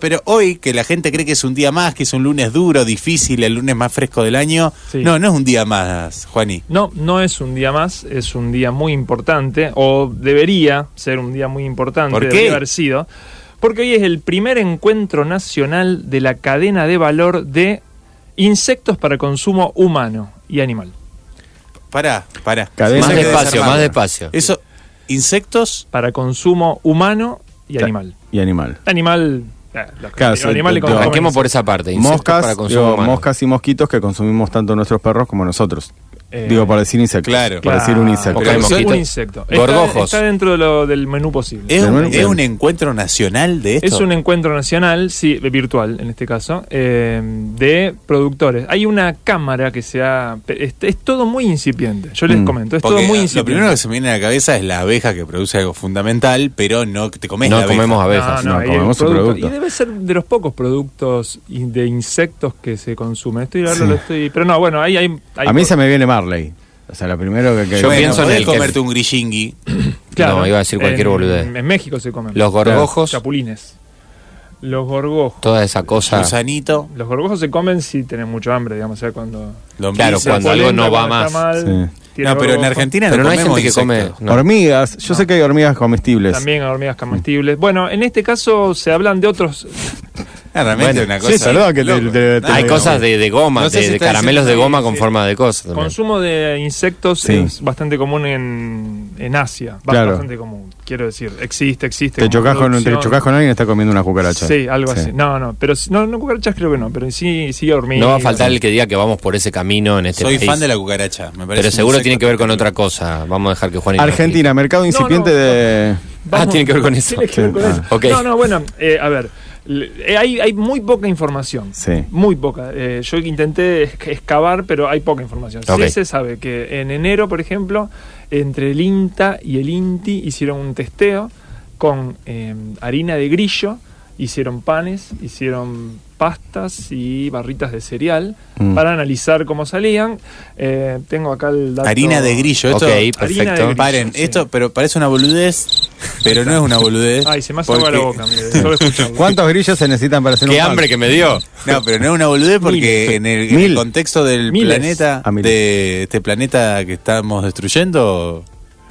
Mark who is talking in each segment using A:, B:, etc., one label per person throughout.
A: Pero hoy, que la gente cree que es un día más, que es un lunes duro, difícil, el lunes más fresco del año,
B: Sí.
A: no, no es un día más, Juani.
B: No, no es un día más, es un día muy importante, o debería ser un día muy importante,
A: ¿Por qué?
B: debería haber sido, porque hoy es el primer encuentro nacional de la cadena de valor de insectos para consumo humano y animal.
A: Pará, pará.
C: Cadena.
A: Eso hay
C: Más
A: que
C: despacio,
A: desarmarlo.
C: más despacio.
A: Eso, insectos,
B: Para consumo humano y
C: Ca-
B: animal.
D: y animal.
B: Animal. eh, los
D: Claro,
B: los animales
D: digo,
B: consumen
C: Arranquemos por esa parte. E insectos para
D: Moscas,
C: consumo
D: digo,
C: humano.
D: moscas y mosquitos que consumimos tanto nuestros perros como nosotros.
B: Eh,
D: digo, para decir insectos.
A: claro.
D: Para decir un insecto.
C: Pero hay
B: Claro,
C: mosquitos.
B: un insecto. Está-
C: Gorgojos.
B: Está, dentro de lo- del menú posible.
A: ¿es, un,
D: Bueno,
A: es
D: bueno.
A: un encuentro nacional de esto?
B: Es un encuentro nacional, sí, virtual en este caso, eh, de productores. Hay una cámara que se ha... pe- Es, es todo muy incipiente, yo les
D: Mm,
B: comento, es
A: Porque
B: todo muy
A: lo
B: incipiente.
A: primero que se me viene a la cabeza es la abeja que produce algo fundamental, pero no te comes la
C: No
A: abeja.
C: comemos abejas.
B: No, no,
D: No,
B: hay
D: comemos su
B: producto.
D: producto.
B: Y debe ser de los pocos productos y de insectos que se consumen. Estoy, ahora
D: Sí.
B: lo estoy, pero no, bueno, ahí hay... hay
D: A mí se me viene Marley. O sea, lo primero que... que-
C: Yo
A: Bueno,
C: pienso en
A: podés
C: el que-
A: comerte un grillingui.
C: No, iba a decir cualquier
B: en-
C: boludez.
B: En México se comen.
C: Los gorgojos,
B: chapulines. Los gorgojos.
C: toda esa cosa.
A: gusanito,
B: Los gorgojos se comen si tenés mucho hambre, digamos, o sea, cuando...
A: lombrices.
C: Claro, Cuando algo no va
B: Polenta, cuando está
D: más.
B: mal, tiene
A: No, pero en
B: gorgojo.
A: Argentina no
C: Pero no hay
A: comemos
C: gente que come.
A: insectos.
C: no.
D: Hormigas. Yo sé que hay hormigas comestibles.
B: También a hormigas comestibles. Bueno, en este caso se hablan de otros.
A: Ah, realmente
C: Bueno,
A: una
D: Sí,
A: cosa.
D: perdón que te,
A: loco.
D: te- te-
C: Hay
D: te-
C: cosas de, de goma,
A: No sé
C: de,
A: si
C: de
A: está
C: caramelos de
A: diciendo
C: goma
A: que-
C: con
A: sí.
C: forma de cosas. también.
B: Consumo de insectos
D: Sí.
B: es bastante común en, en Asia. Va-
D: Claro.
B: Bastante común. Quiero decir, existe, existe.
D: Te
B: como
D: chocas con, te
B: producción.
D: chocas con alguien y está comiendo una cucaracha.
B: Sí, algo
D: Sí.
B: así. No, no, pero si- no, no cucarachas creo que no, pero sí, sí hormigas.
C: No va a faltar el que diga que vamos por ese camino en este
A: Soy
C: país.
A: fan de la cucaracha. Me parece
C: pero
A: un
C: seguro
A: insecto
C: tiene que ver con
A: terrible.
C: otra cosa. Vamos a dejar que Juan
D: Argentina, mercado incipiente
B: no,
D: de...
C: Ah, tiene que ver con eso.
B: Tiene que ver con
D: Ah,
B: eso.
C: ok.
B: No, no, bueno, eh, a ver. le- eh, hay, hay muy poca información.
D: Sí.
B: Muy poca. Eh, yo intenté esc- excavar, pero hay poca información.
C: Ok.
B: Sí se sabe que en enero, por ejemplo, entre el INTA y el INTI hicieron un testeo con eh, harina de grillo, hicieron panes, hicieron pastas y barritas de cereal
D: Mm.
B: para analizar cómo salían. Eh, tengo acá el dato.
A: Harina de grillo, esto.
C: Ok,
B: Harina de
C: perfecto.
B: grillo.
A: Paren,
B: sí.
A: esto pero parece una boludez, pero no es una boludez.
B: Ay, se me hace agua la
A: porque-
B: boca, mire, solo escucharlo.
D: ¿Cuántos grillos se necesitan para hacer un
C: Qué
D: pan?
C: hambre que me dio.
A: No, pero no es una boludez porque
B: Miles.
A: en el, en el
D: Mil.
A: contexto del
B: Miles.
A: planeta,
D: Ah, miles.
A: de este planeta que estamos destruyendo,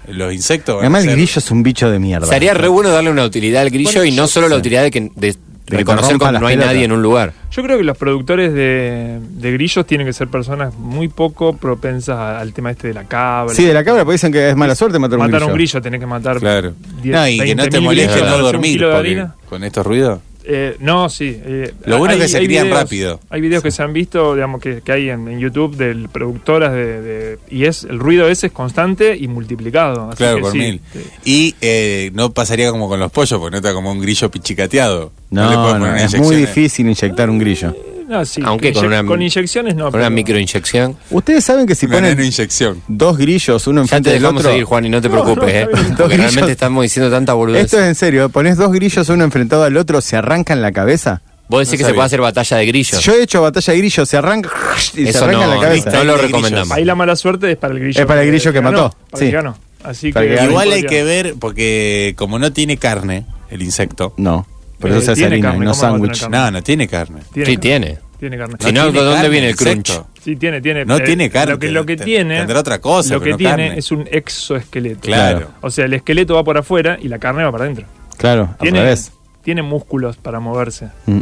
A: los insectos. van a
D: Además el
A: ser-
D: grillo es un bicho de mierda.
C: Sería re bueno darle una utilidad al grillo y no solo la utilidad de que de
D: te
C: reconocer
D: rompa
C: cuando
D: las
C: no hay
D: pelotas.
C: nadie en un lugar.
B: Yo creo que los productores de, de grillos tienen que ser personas muy poco propensas a- al tema este de la cabra.
D: Sí, de la cabra, pues dicen que es mala suerte matar un
B: matar
D: grillo.
B: un grillo, tenés que matar.
A: Claro.
B: 10,
A: No, y que no te
B: 20.000
A: moleste
B: grillos,
A: no
B: un
A: dormir
B: kilo de
A: porque
B: harina.
A: con estos ruidos.
B: Eh, no, sí. eh,
A: Lo bueno es que se crían
B: videos-
A: rápido.
B: Hay videos que se han visto, digamos, que, que hay en, en YouTube de productoras de, de- Y es el ruido ese es constante y multiplicado. así
A: Claro,
B: que
A: por
B: sí,
A: mil.
B: te-
A: Y eh, no pasaría como con los pollos, porque no está como un grillo pichicateado. le podés
D: No,
A: poner
D: no,
A: una
D: es
A: inyección,
D: muy
A: eh.
D: difícil inyectar un grillo.
B: eh, no, sí,
C: Aunque con
B: inyec-
C: una-
B: con inyecciones no.
C: Con una
B: pero-
C: microinyección.
D: Ustedes saben que si
A: Una
D: ponen
A: nanoinyección.
D: dos grillos, uno
C: Ya te
D: enfrente del
C: dejamos
D: otro.
C: seguir, Juan, y no te
B: No,
C: preocupes,
B: no,
C: ¿eh?
B: está bien.
C: Porque
D: Grillos.
C: realmente estamos diciendo tanta boludez.
D: Esto es en serio, ¿eh? pones dos grillos uno enfrentado al otro, se arrancan la cabeza.
C: Vos
A: No
C: decís que
A: sabía.
C: se puede hacer batalla de grillos.
D: Yo he hecho batalla de grillos, se arranca y se
C: Eso
D: arranca
C: no,
D: la cabeza.
C: no
A: Hay
C: lo
A: de
C: recomendamos.
B: Ahí la mala suerte es para el grillo.
D: Es para el grillo que
B: ganó,
D: mató,
B: Para el
D: sí.
B: que ganó. Así
D: Para el
B: que.
D: que ganó.
A: Igual hay que ver, porque como no tiene carne el insecto,
D: No, por
B: Pero
D: eso se
B: Eh,
D: hace
B: tiene
D: harina,
B: carne,
D: y no
B: ¿cómo va a tener
D: sándwich.
B: carne?
A: no, no tiene carne.
C: sí,
B: carne,
C: tiene.
B: Tiene carne.
C: Si no,
A: tiene
C: ¿dónde
A: carne
C: viene el
A: el
C: crunch?
A: insecto.
B: Sí, tiene, tiene. eh,
A: No tiene carne,
B: Lo que, lo que
A: te-
B: tiene.
A: tendrá otra cosa,
B: Lo que
A: pero no
B: tiene
A: carne.
B: es un exoesqueleto.
A: Claro.
B: O sea, el esqueleto va por afuera y la carne va para adentro.
D: Claro, al
B: Tiene,
D: revés.
B: tiene músculos para moverse.
D: Mm.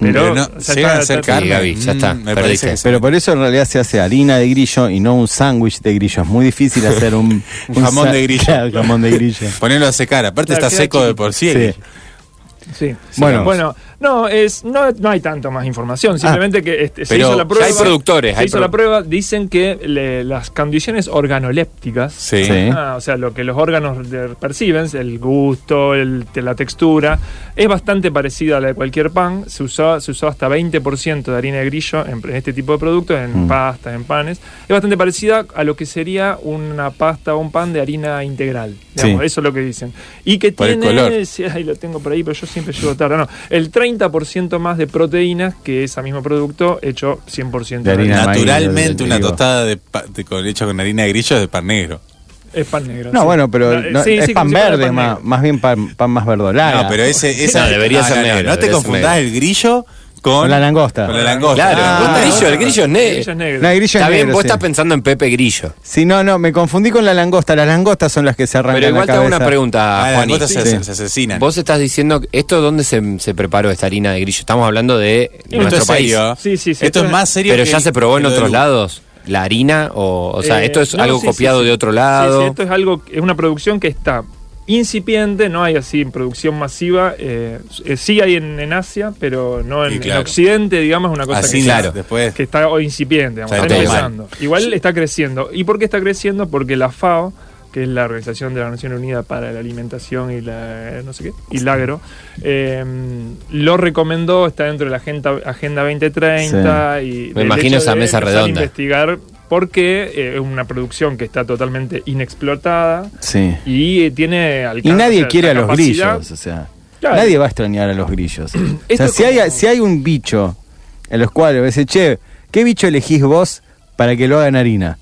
B: Pero,
A: Pero no,
B: o sea,
A: llegan
B: está-
A: a ser
B: está-
A: carne. Mm,
C: Sí, Gaby, ya está,
A: me parece
C: perdiste.
A: que sí.
D: Pero por eso en realidad se hace harina de grillo y no un sándwich de grillo. Es muy difícil hacer un,
A: Un jamón
D: sa-
A: de grillo.
D: Claro, jamón de grillo.
A: Ponelo a secar, aparte
B: Claro,
A: está
B: queda
A: seco de
B: chiquito.
A: por sí.
D: Sí.
B: Sí.
D: Bueno.
B: bueno no, es, no, no hay tanto más información. Simplemente que este, se
A: Ah, Pero
B: hizo la prueba.
C: hay productores,
B: Se
C: hay
B: hizo
C: produ-
B: la prueba. Dicen que le- las condiciones organolépticas.
A: Sí.
D: Sí.
B: Ah, o sea, lo que los órganos de- perciben, el gusto, el- te- la textura, es bastante parecida a la de cualquier pan. Se usaba, se usaba hasta 20% de harina de grillo en, en este tipo de productos, en
D: Mm.
B: pastas, en panes. Es bastante parecida a lo que sería una pasta o un pan de harina integral. Digamos,
D: Sí.
B: Eso es lo que dicen. Y que
A: Por el
B: tiene,
A: color.
B: sí, ahí lo tengo por ahí, pero yo siempre llego tarde. No, el 30% más de proteínas que ese mismo producto hecho 100%
D: De harina.
A: Naturalmente
D: Maíz,
A: una
D: digo.
A: tostada de, pa- de- con, hecha con harina de grillo es de pan negro.
B: Es pan negro.
D: No,
B: sí.
D: bueno, pero
B: eh,
D: no,
B: sí,
D: es
B: sí,
D: pan
B: como si fuera
D: verde,
B: pan
D: más,
B: negro.
D: más bien pan, pan más verdolaga.
A: No, pero ese, esa Ah,
C: No, debería ser negro,
A: No te
C: debería ser
A: confundas
C: negro.
A: el grillo con,
D: Con la langosta.
A: Con la langosta.
C: Claro,
D: Ah,
C: vos te- el grillo es
B: El grillo
C: negro.
B: es negro.
D: No, el grillo
C: Está
D: es
C: bien,
D: negro,
C: vos
D: sí.
C: estás pensando en Pepe Grillo.
D: Sí, no, no, me confundí con la langosta. Las langostas son las que se arrancan
C: Pero igual
D: la
C: te hago una
D: cabeza.
C: pregunta,
A: Ah, la
C: Juani.
A: langosta se,
D: Sí.
A: se asesinan.
C: Vos estás diciendo, ¿esto dónde se, se preparó esta harina de grillo? Estamos hablando de
A: Esto
C: nuestro
A: es
C: país.
A: serio.
B: Sí, sí, sí,
A: Esto
B: esto
A: es
B: es-
A: más serio
C: Pero
A: que
C: ya
A: el-
C: se probó
A: que
C: en
A: lo de
C: otros
A: Lugo.
C: lados. La harina, o, o sea,
B: Eh,
C: esto es
B: no,
C: algo
B: sí, sí,
C: copiado
B: sí.
C: de otro
B: Sí,
C: lado.
B: sí, esto es algo, es una producción que está incipiente, no hay así en producción masiva. eh, eh, sí hay en, en Asia, pero no en,
A: Y
B: en
A: claro.
B: Occidente, digamos, es una cosa
A: Así
B: que,
A: claro.
C: claro.
A: Después.
B: que está hoy incipiente, digamos,
A: Ya
B: está
C: está
B: empezando. Igual está creciendo. ¿Y por qué está creciendo? Porque la FAO que es la Organización de las Naciones Unidas para la Alimentación y la no sé qué, y el Agro, eh, lo recomendó, está dentro de la Agenda, agenda 2030 y
C: Me
B: del
C: imagino
B: hecho
C: esa
B: de
C: mesa
B: empezar a
C: redonda.
B: investigar porque eh, es una producción que está totalmente inexplotada
D: Sí.
B: y eh, tiene alcance.
D: Y nadie
B: o sea,
D: quiere a
B: la
D: los
B: capacidad-
D: grillos, o sea.
B: Claro.
D: Nadie va a extrañar a los grillos. o
B: Esto
D: sea,
B: es
D: si, hay,
B: como-
D: si hay un bicho en los cuales veces, che, ¿qué bicho elegís vos para que lo hagan harina?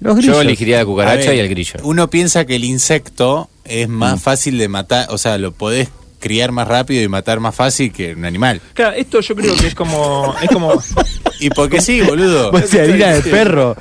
D: Los grillos.
C: Yo elegiría la cucaracha
A: A ver,
C: y el grillo.
A: Uno piensa que el insecto es más
D: Mm.
A: fácil de matar, o sea, lo podés criar más rápido y matar más fácil que un animal.
B: Claro, esto yo creo que es como es como
A: Y porque sí, boludo.
D: Vos decís, harina de perro.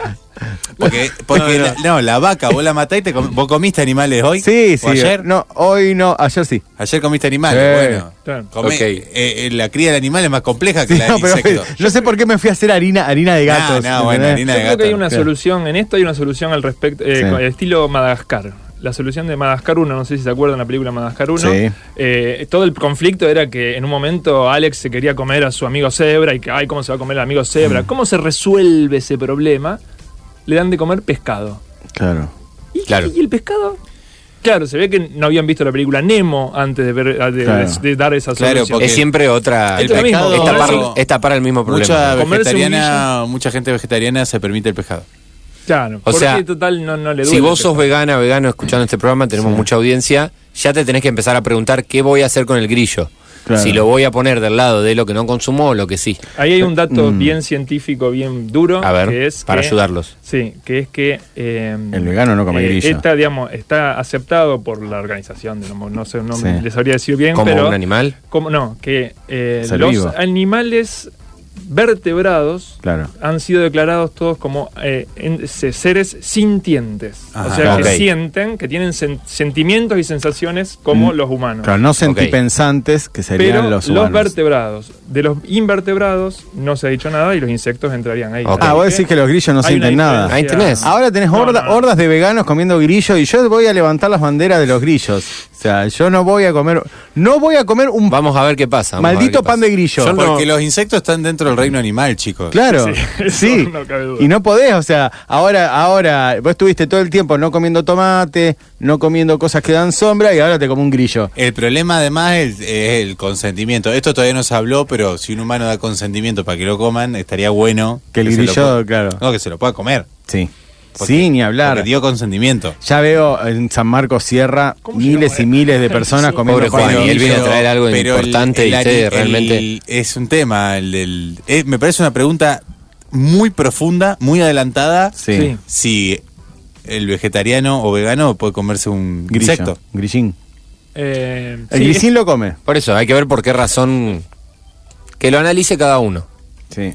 A: Porque, porque la- no, La, vaca, vos la matás y te com- vos comiste animales hoy.
D: Sí,
A: ¿O
D: sí.
A: Ayer,
D: No, hoy no, ayer sí.
A: ayer comiste animales.
D: Sí.
A: Bueno,
B: Claro.
A: Comé-
C: Ok.
A: eh, eh, la cría del animal es más compleja que
D: Sí,
A: la
D: no,
A: del
D: pero
A: insecto.
D: no sé por qué me fui a hacer harina, harina de
A: No,
D: gatos.
A: no, bueno,
D: ¿entendés?
A: harina
B: Yo
A: de
B: creo que hay
A: gato.
B: una
D: Claro.
B: solución en esto, hay una solución al respecto, eh,
D: Sí.
B: con el estilo Madagascar. La solución de Madagascar 1, no sé si se acuerdan la película Madagascar 1.
D: Sí.
B: eh, todo el conflicto era que en un momento Alex se quería comer a su amigo Zebra y que, ay, ¿cómo se va a comer el amigo Zebra? ¿Cómo se resuelve ese problema? Le dan de comer pescado.
D: Claro.
B: ¿Y,
C: Claro.
B: y el pescado? Claro, se ve que no habían visto la película Nemo antes de, ver- de-
D: Claro.
B: de dar esa
A: Claro,
B: solución.
A: porque-
C: Es siempre otra.
A: El
C: es tapar-
A: pecado-
C: es, tapar, es tapar el mismo
A: Mucha
C: problema.
B: Comerse un
A: vegetariana, mucha gente vegetariana se permite el pescado.
B: Claro,
C: o sea,
B: porque total no, no le duele.
C: Si vos sos
B: pescado.
C: vegana, vegano, escuchando este programa, tenemos mucha audiencia, ya te tenés que empezar a preguntar qué voy a hacer con el grillo.
D: Claro.
C: Si lo voy a poner del lado de lo que no consumo o lo que sí.
B: Ahí hay un dato bien científico, bien duro.
C: A ver,
B: que es
C: para
B: que-
C: ayudarlos.
B: Sí, que es que. eh,
D: El vegano no come
B: eh,
D: grillo.
B: Está, digamos, está aceptado por la organización, de- no, no sé, no
D: Sí.
B: me- les sabría decir bien,
C: Como
B: pero.
C: un animal.
B: como- no, que eh,
D: Ser
B: los
D: vivo.
B: animales vertebrados
D: Claro.
B: han sido declarados todos como eh, en- se- seres sintientes.
A: Ajá.
B: o sea,
C: Ok.
B: que sienten, que tienen sen- sentimientos y sensaciones como
D: Mm.
B: los humanos.
D: Claro, no sentipensantes que serían
B: Pero
D: los
B: los,
D: humanos.
B: vertebrados, de los invertebrados no se ha dicho nada y los insectos entrarían ahí.
C: Ok.
D: Ah, vos
B: Así
D: decís que los grillos no
B: hay una
D: sienten nada.
B: diferencia.
C: Ahí tenés.
D: Ahora tenés
B: No,
D: horda-
B: no, no.
D: hordas de veganos comiendo grillo y yo voy a levantar las banderas de los grillos. O sea, yo no voy a comer, no voy a comer un
C: Vamos a ver qué pasa. vamos a ver
D: maldito
C: qué pasa.
D: pan de grillo.
C: Yo no-
A: Porque los insectos están dentro del reino animal, chicos.
D: Claro,
B: Sí,
D: sí.
B: eso no cabe duda.
D: y no podés, o sea, ahora, ahora, vos estuviste todo el tiempo no comiendo tomate, no comiendo cosas que dan sombra y ahora te como un grillo.
A: El problema además es, es el consentimiento. Esto todavía no se habló, pero si un humano da consentimiento para que lo coman, estaría bueno.
D: Que el
A: se lo
D: grillo,
A: pueda-
D: claro.
A: No, que se lo pueda comer.
D: Sí.
A: Porque-
D: sí, ni hablar.
A: Porque dio consentimiento.
D: Ya veo en San Marcos Sierra
B: ¿Cómo
D: miles
B: llegamos a-
D: y miles de personas comiendo
C: Pobre
D: pan de
C: Juan, y él
D: grillo.
C: viene a traer algo importante y ustedes realmente-
A: Es un tema, el del- eh, me parece una pregunta muy profunda, muy adelantada.
D: Sí.
B: Sí.
A: Si el vegetariano o vegano puede comerse un
D: Grillo,
A: insecto.
D: Grillín.
B: Eh,
D: El
B: sí,
D: grillín lo come.
C: Por eso, hay que ver por qué razón. Que lo analice cada uno.
D: Sí.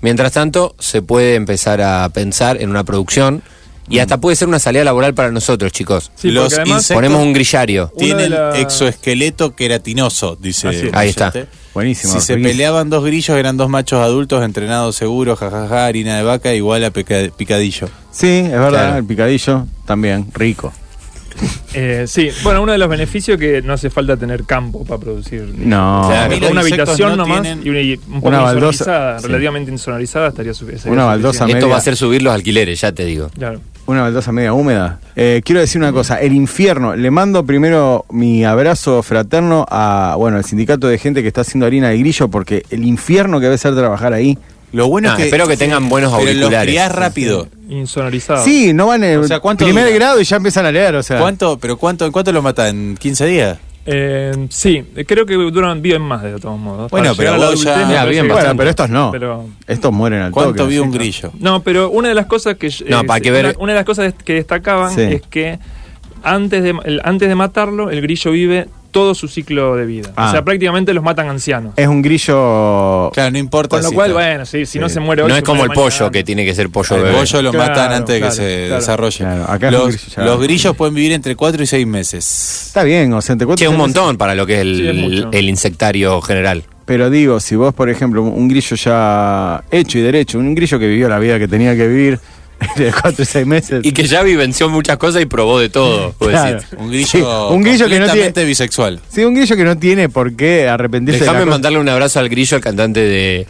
C: Mientras tanto, se puede empezar a pensar en una producción y hasta puede ser una salida laboral para nosotros, chicos.
B: sí,
A: Los
B: porque además,
A: insectos-
C: Ponemos un grillario.
B: Una de
A: Tienen
B: las-
A: exoesqueleto queratinoso, dice.
B: Así es.
A: el
C: Ahí está.
A: oyente.
D: Buenísimo.
A: Si se
D: riquísimo.
A: peleaban dos grillos, eran dos machos adultos entrenados seguros, jajaja, harina de vaca igual a peca- picadillo.
D: Sí, es verdad,
C: Claro.
D: el picadillo también, rico.
B: eh, sí, bueno, uno de los beneficios que no hace falta tener campo para producir.
D: No,
A: Claro.
B: Con
A: Mí los
B: una
A: insectos
B: habitación
A: no
B: nomás
A: tienen-
B: y una, y un poco
D: Una baldosa-
B: insonorizada,
D: sí.
B: relativamente insonorizada estaría, su- sería
D: Una
B: suficiente.
D: baldosa
C: Esto
D: media-
C: va a hacer subir los alquileres, ya te digo.
B: Claro.
D: una baldosa media húmeda. Eh, quiero decir una cosa, el infierno, le mando primero mi abrazo fraterno a, bueno, al sindicato de gente que está haciendo harina de grillo, porque el infierno que debe ser trabajar ahí.
A: Lo bueno
C: Ah,
A: es que.
C: espero que tengan buenos
A: pero los
C: auriculares.
A: criás rápido.
B: Insonorizada.
D: Sí, no van en
A: O sea, ¿cuánto
D: primer
A: dura?
D: grado y ya empiezan a leer, o sea.
A: ¿Cuánto, pero cuánto, en cuánto lo matan? ¿En 15 días?
B: Eh, sí, creo que duran bien más de todos modos.
A: Bueno,
B: Para
A: pero
B: llegar a la
A: vos ya- Ah,
B: adultez me
C: Mira,
B: parece
C: bien
B: que-
C: bastante.
D: Bueno, pero estos no.
B: Pero-
D: Estos mueren al
A: ¿Cuánto
D: toque.
A: vio un
D: ¿sí?
A: grillo?
B: No, pero una de las cosas que
C: No, para que ver-
B: una, una de las cosas que destacaban
D: Sí.
B: es que antes de el- antes de matarlo el grillo vive todo su ciclo de vida.
D: Ah.
B: O sea, prácticamente los matan ancianos.
C: Eh,
D: Es un grillo.
A: Claro, no importa.
B: Con lo
A: si
B: cual,
A: está-
B: bueno, sí, si no
D: Sí.
B: se muere hoy
C: No es
B: se
C: como el
B: muere
C: pollo
B: mañana.
C: que tiene que ser pollo
A: Al
C: bebé.
A: pollo lo
B: Claro,
A: matan antes de que
B: claro,
A: se
B: claro.
A: desarrolle.
D: Claro, acá es
A: los,
D: un grillo, ya.
A: los grillos pueden vivir entre 4 y 6 meses.
D: Está bien, o sea, te cuento-
C: Che, un montón para lo que es el,
B: Sí, es mucho.
C: el insectario general.
D: Pero digo, si vos, por ejemplo, un grillo ya hecho y derecho, un grillo que vivió la vida que tenía que vivir de cuatro y seis meses.
C: Y que ya vivenció muchas cosas y probó de todo. vos
D: Claro.
C: decís.
A: Un grillo,
D: Sí, un grillo que no tiene-
A: completamente bisexual.
D: Sí, un grillo que no tiene por qué arrepentirse
C: Déjame
D: de la cosa.
C: mandarle un abrazo al grillo, al cantante de,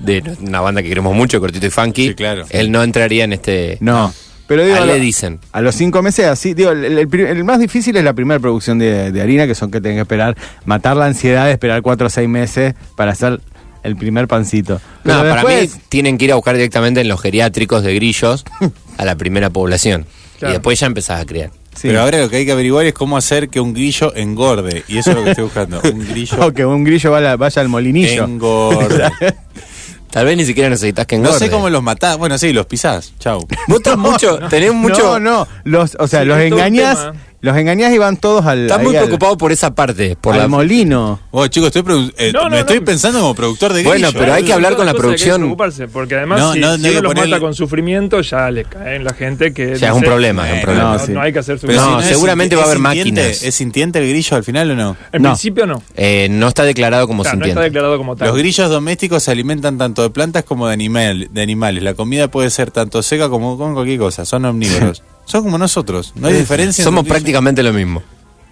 C: de una banda que queremos mucho, Cortito y Funky.
A: Sí, claro.
C: Él no entraría en este.
D: No. Pero digo,
C: A él Ah, le
D: lo-
C: dicen.
D: A los cinco meses, así, digo, el, el- el pri- el más difícil es la primera producción de, de harina, que son que tienen que esperar, matar la ansiedad, esperar cuatro o seis meses para hacer el primer pancito. Pero
C: No, para mí
D: después,
C: tienen que ir a buscar directamente en los geriátricos de grillos a la primera población.
B: Claro.
C: Y después ya empezás a criar.
D: sí.
A: Pero ahora lo que hay que averiguar es cómo hacer que un grillo engorde. Y eso es lo que estoy buscando. Un
D: O
A: grillo
D: que un grillo vaya, vaya al molinillo.
A: engorde.
C: Tal vez ni siquiera necesitas que engorde.
A: No sé cómo los matás. Bueno, sí, los pisás. Chau.
C: Vos estás mucho, tenés mucho.
D: No, no. Los, o sea,
B: Sí,
D: los
B: es todo un
D: engañás,
B: tema. ¿eh?
D: los engañás y van todos al.
C: Estás muy
D: ahí al-
C: preocupado por esa parte. Por
D: al
C: la...
D: molino.
A: Oh, chicos, estoy produ- eh,
B: No,
A: me
B: no, no.
A: estoy pensando como productor de eh. grillos.
C: Bueno, pero hay que hablar con la
B: Cosas que hay que
C: producción.
B: preocuparse, porque además
A: No,
B: si,
A: no,
B: si
A: no hay
B: uno
A: que
B: los
A: ponerle-
B: mata con sufrimiento ya le caen la gente que
C: Ya es un
B: dice,
C: problema, es un
A: Bueno,
C: problema.
D: no,
B: No,
D: sí.
B: no hay que hacer su
A: Pero
C: No,
A: es
C: seguramente
A: sinti-
C: va a haber
A: es sintiente-
C: máquinas.
A: ¿Es sintiente el grillo al final o no?
B: En
D: No.
B: principio no.
C: Eh, no está declarado como
B: O sea, no
C: sintiente.
B: está declarado como tal.
A: Los grillos domésticos se alimentan tanto de plantas como de, animal, de animales. La comida puede ser tanto seca como con cualquier cosa. Son omnívoros. Son como nosotros. No hay diferencia. entre
C: Somos
A: un grillo-
C: prácticamente lo mismo.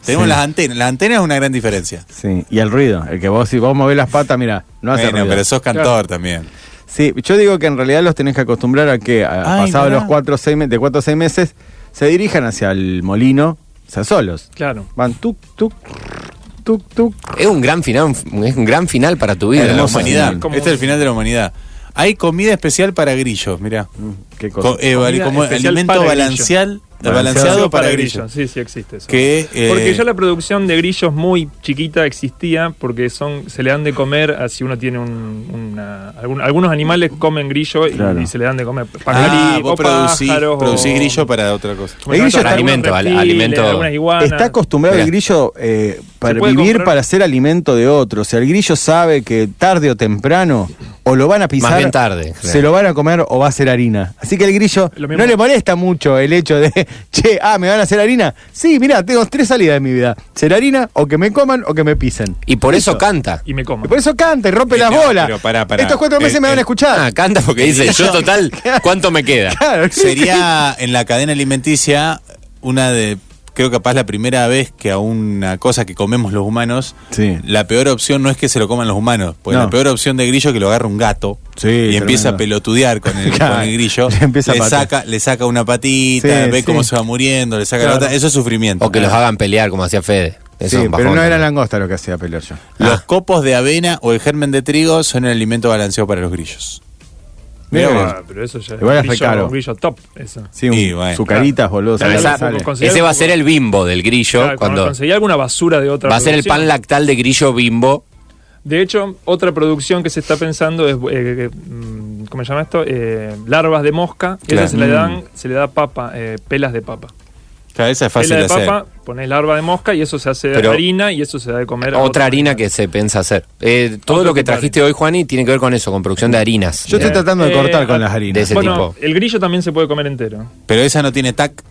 A: Tenemos
D: Sí.
A: las antenas. Las antenas es una gran diferencia.
D: Sí. Y el ruido. El que vos, si vos movés las patas, mira, no hace
A: bueno,
D: ruido.
A: pero sos cantor
B: Claro.
A: también.
D: Sí, yo digo que en realidad los tenés que acostumbrar a que, a-
A: Ay,
D: pasados
A: mirá.
D: los cuatro, o seis, me- de cuatro o seis meses, se dirijan hacia el molino, o sea, solos.
B: Claro.
D: Van tuk, tuk, tuk, tuk.
C: Es un gran final, es un gran final para tu vida.
A: de la
D: hermoso
A: humanidad.
B: final. Como-
A: Este es el final de la humanidad. Hay comida especial para grillos, mirá.
D: Qué cosa.
A: Co- eh,
B: Mm, Comida
A: como
B: especial
A: alimento
B: para
A: balanceal-
D: Balanceado
A: balanceado para grillos.
B: Sí, sí existe eso.
A: Que, eh,
B: Porque ya la producción de grillos muy chiquita existía porque son se le dan de comer a si uno tiene un, una- algún- algunos animales comen grillo y,
D: Claro.
B: y se le dan de comer
A: Ah,
B: pajarí- o
A: vos producís,
B: pájaros, o-
A: producís grillo para otra cosa.
B: bueno,
D: El
B: otros
D: grillo está-
C: Alimento, al-
B: reptiles,
C: alimento.
B: algunas iguanas.
D: Está acostumbrado
C: Mirá.
D: el grillo eh, para
B: puede
D: vivir
B: comprar-
D: para ser alimento de otro. O sea, el grillo sabe que tarde o temprano o lo van a pisar.
C: bien tarde,
D: Se
C: claro.
D: lo van a comer o va a ser harina. Así que el grillo
B: Lo mismo.
D: no le molesta mucho el hecho de, che, ah, ¿me van a hacer harina? Sí, mirá, tengo tres salidas en mi vida. Ser harina o que me coman o que me pisen.
C: Y por eso canta.
B: y me coman.
D: Y por eso canta y rompe
A: Eh,
D: las
A: no,
D: bolas.
A: pero pará, pará.
D: Estos cuatro
A: Eh,
D: meses me
A: eh,
D: van a escuchar.
C: Ah, canta porque dice, yo total, ¿cuánto me queda?
D: Claro, el grillo-
A: Sería en la cadena alimenticia una de, creo capaz la primera vez que a una cosa que comemos los humanos,
D: Sí.
A: la peor opción no es que se lo coman los humanos, porque
D: No.
A: la peor opción de grillo es que lo agarra un gato
D: Sí,
A: y
D: tremendo.
A: empieza a pelotudear con el,
D: Claro,
A: con el grillo,
D: le empieza a
A: le,
D: patear.
A: saca, le saca una patita,
D: Sí,
A: ve
D: sí.
A: cómo se va muriendo, le saca la
B: Claro.
A: otra, eso es sufrimiento.
C: O que los hagan pelear como hacía Fede.
D: Sí,
C: Eso es un
D: pero
C: bajón.
D: no era langosta lo que hacía pelear yo.
C: Ah.
A: Los copos de avena o el germen de trigo son el alimento balanceado para los grillos.
D: Mirá
B: Ah,
D: vos.
B: pero eso ya es
D: Igual es
B: grillo-
D: recaro.
B: un grillo top. Eso.
D: Sí, un,
A: Y bueno.
D: sucaritas, boludo.
C: Claro,
D: sale,
C: esa-
D: sale.
B: con-
C: Ese va a ser el bimbo del grillo.
B: Claro, cuando
C: cuando
B: conseguí alguna basura de otra
C: va a ser el
B: producción.
C: pan lactal de grillo bimbo.
B: De hecho, otra producción que se está pensando es, eh, eh, mm, ¿cómo se llama esto? Eh, larvas de mosca. que
A: Claro. Mm.
B: Esas se le dan, se le da papa, eh, pelas de papa.
A: Claro, esa es fácil
B: Pela
A: de
B: de
A: hacer.
B: papa, pones larva de mosca y eso se hace
C: Pero-
B: harina y eso se da de comer. a otro
C: Otra harina
B: animal.
C: que se piensa hacer. Eh, todo
B: Otro
C: lo que
B: tipo de
C: trajiste hoy, Juani, tiene que ver con eso, con producción de harinas.
D: Yo estoy
C: Eh,
D: tratando de
B: Eh,
D: cortar con
B: a-
D: las
C: de
D: harinas.
C: ese
B: Bueno,
C: tipo.
B: el grillo también se puede comer entero.
A: Pero esa no tiene tac.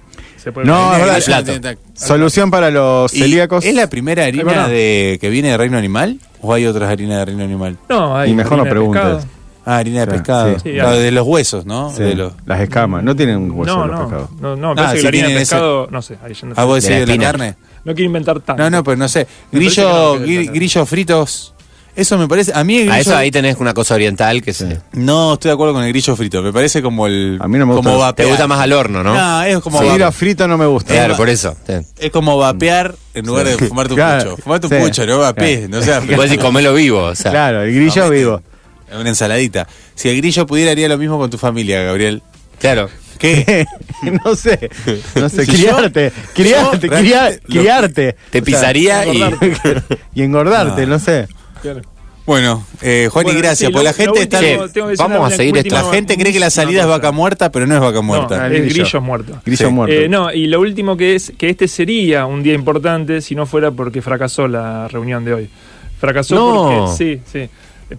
B: Se puede
D: No,
B: comer
D: es
B: entero.
D: verdad.
A: Esa no tiene tac.
D: Solución para los
A: ¿Y
D: celíacos.
A: ¿Es la primera harina
B: verdad.
A: de, que viene de reino animal? ¿O hay otras harinas de reino animal?
B: No, hay
D: Y mejor no
B: harina de
D: preguntes.
B: pescado.
A: Ah, harina de
D: Sí,
A: pescado.
B: sí.
A: No, de los huesos, ¿no?
D: Sí,
A: De los,
D: Las escamas. No tienen hueso
B: No,
D: los
B: no,
D: pescados.
B: no, no,
A: Ah,
B: parece que
A: sí
B: la harina de
A: tienen ese-
B: pescado, no sé, ahí ya no sé.
A: ah, vos decís
C: de la
A: de la,
C: espina.
A: carne.
B: No quiero inventar tanto.
A: No, no, pero no sé.
B: Ah, Me parece
A: Grillo,
B: que no, que
A: gri-
B: no.
A: grillos fritos. Eso me parece. A mí el grillo.
C: A eso ahí tenés una cosa oriental que se.
A: No estoy de acuerdo con el grillo frito. Me parece como el.
D: A mí no me gusta.
A: como
D: Te
A: vapear.
C: Te gusta más al horno, ¿no?
A: No, es como,
D: Sí,
A: va-
D: lo frito no me gusta.
C: Claro, por eso. Sí.
A: es como vapear en lugar de fumarte un
D: Claro,
A: pucho. Fumate un
D: sí.
A: pucho, no vapees. No seas
C: Puedes decir comelo vivo, o sea.
D: Claro, el grillo
A: No, me-
D: vivo.
A: Una ensaladita. Si el grillo pudiera, haría lo mismo con tu familia, Gabriel.
C: Claro.
A: ¿Qué?
D: no sé, no
A: Si
D: sé, criarte, criarte,
A: yo
D: cria-
A: realmente lo-
D: criarte.
C: Te
D: O sea,
C: pisaría y.
D: y engordarte,
A: No.
D: no sé.
B: Claro.
A: Bueno, eh, Juani,
B: Bueno,
A: gracias.
B: sí,
A: Pues
B: lo-
A: la gente
B: lo
A: está.
B: último,
C: Sí,
B: tengo que decir
C: vamos
B: una
C: a seguir esto.
A: la
B: última-
A: gente cree que la salida es
B: cosa.
A: vaca muerta, pero no es vaca muerta.
B: No,
D: Ah,
B: es
D: el grillo.
B: grillo muerto.
D: Grillo
A: Sí.
D: muerto.
B: Eh, no, y lo último que es que este sería un día importante si no fuera porque fracasó la reunión de hoy. Fracasó
C: No.
B: porque sí, sí.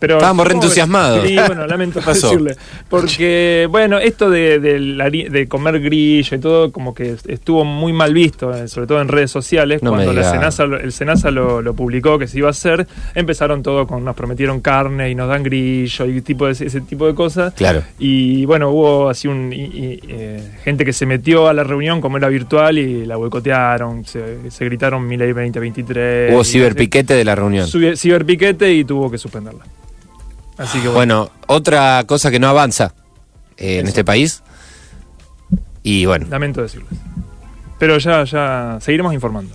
B: Pero
C: Estábamos re
B: supongo que-
C: entusiasmados.
B: Sí, bueno, lamento
A: pasó?
B: decirle. Porque, bueno, esto de, de la hari- de comer grillo y todo, como que estuvo muy mal visto, eh, sobre todo en redes sociales.
C: No me
B: cuando la
C: diga.
B: Senasa lo- el Senasa lo, lo publicó que se iba a hacer, empezaron todo con nos prometieron carne y nos dan grillo y tipo de- ese tipo de cosas.
C: Claro.
B: Y bueno, hubo así un, y- y, eh, gente que se metió a la reunión como era virtual y la boicotearon, se, se gritaron Milei 2023.
C: Hubo
B: y-
C: ciberpiquete de la reunión.
B: Ciber- Ciberpiquete y tuvo que suspenderla. Así que bueno.
C: Bueno, otra cosa que no avanza eh, en este país. Y bueno,
B: lamento decirles. Pero ya, ya seguiremos informando.